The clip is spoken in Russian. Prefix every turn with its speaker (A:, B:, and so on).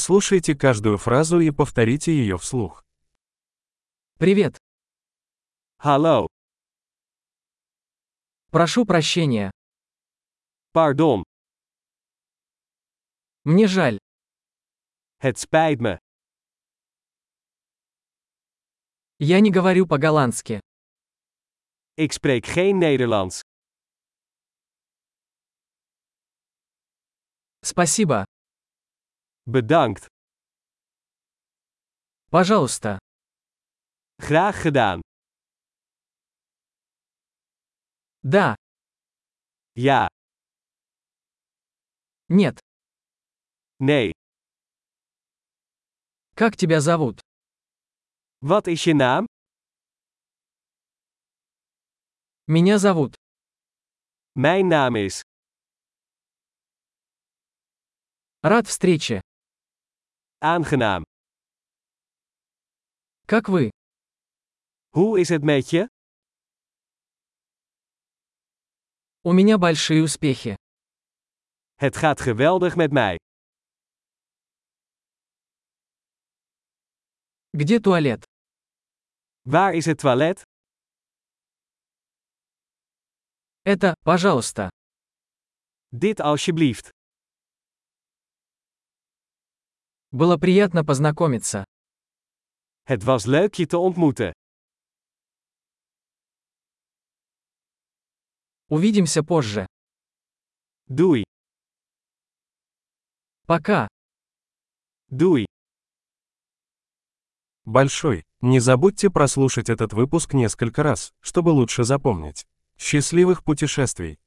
A: Прослушайте каждую фразу и повторите ее вслух.
B: Привет.
C: Hello,
B: Прошу прощения.
C: pardon,
B: Мне жаль.
C: het spijt me.
B: Я не говорю по-голландски.
C: Ik spreek geen Nederlands.
B: Спасибо.
C: Bedankt.
B: Пожалуйста.
C: Graag gedaan.
B: Да.
C: Ja,
B: Нет.
C: nee.
B: Как тебя зовут?
C: Wat is je naam?
B: Меня зовут.
C: Mijn naam is.
B: Рад встрече.
C: Aangenaam.
B: Как вы?
C: Hoe is het met je?
B: У меня большие успехи.
C: Het gaat geweldig met mij.
B: Где туалет?
C: Waar is het toilet?
B: Это, пожалуйста.
C: Dit alsjeblieft.
B: Было приятно познакомиться.
C: Het was leuk je te ontmoeten.
B: Увидимся позже.
C: Doei,
B: Пока.
C: doei.
A: Большой. Не забудьте прослушать этот выпуск несколько раз, чтобы лучше запомнить. Счастливых путешествий!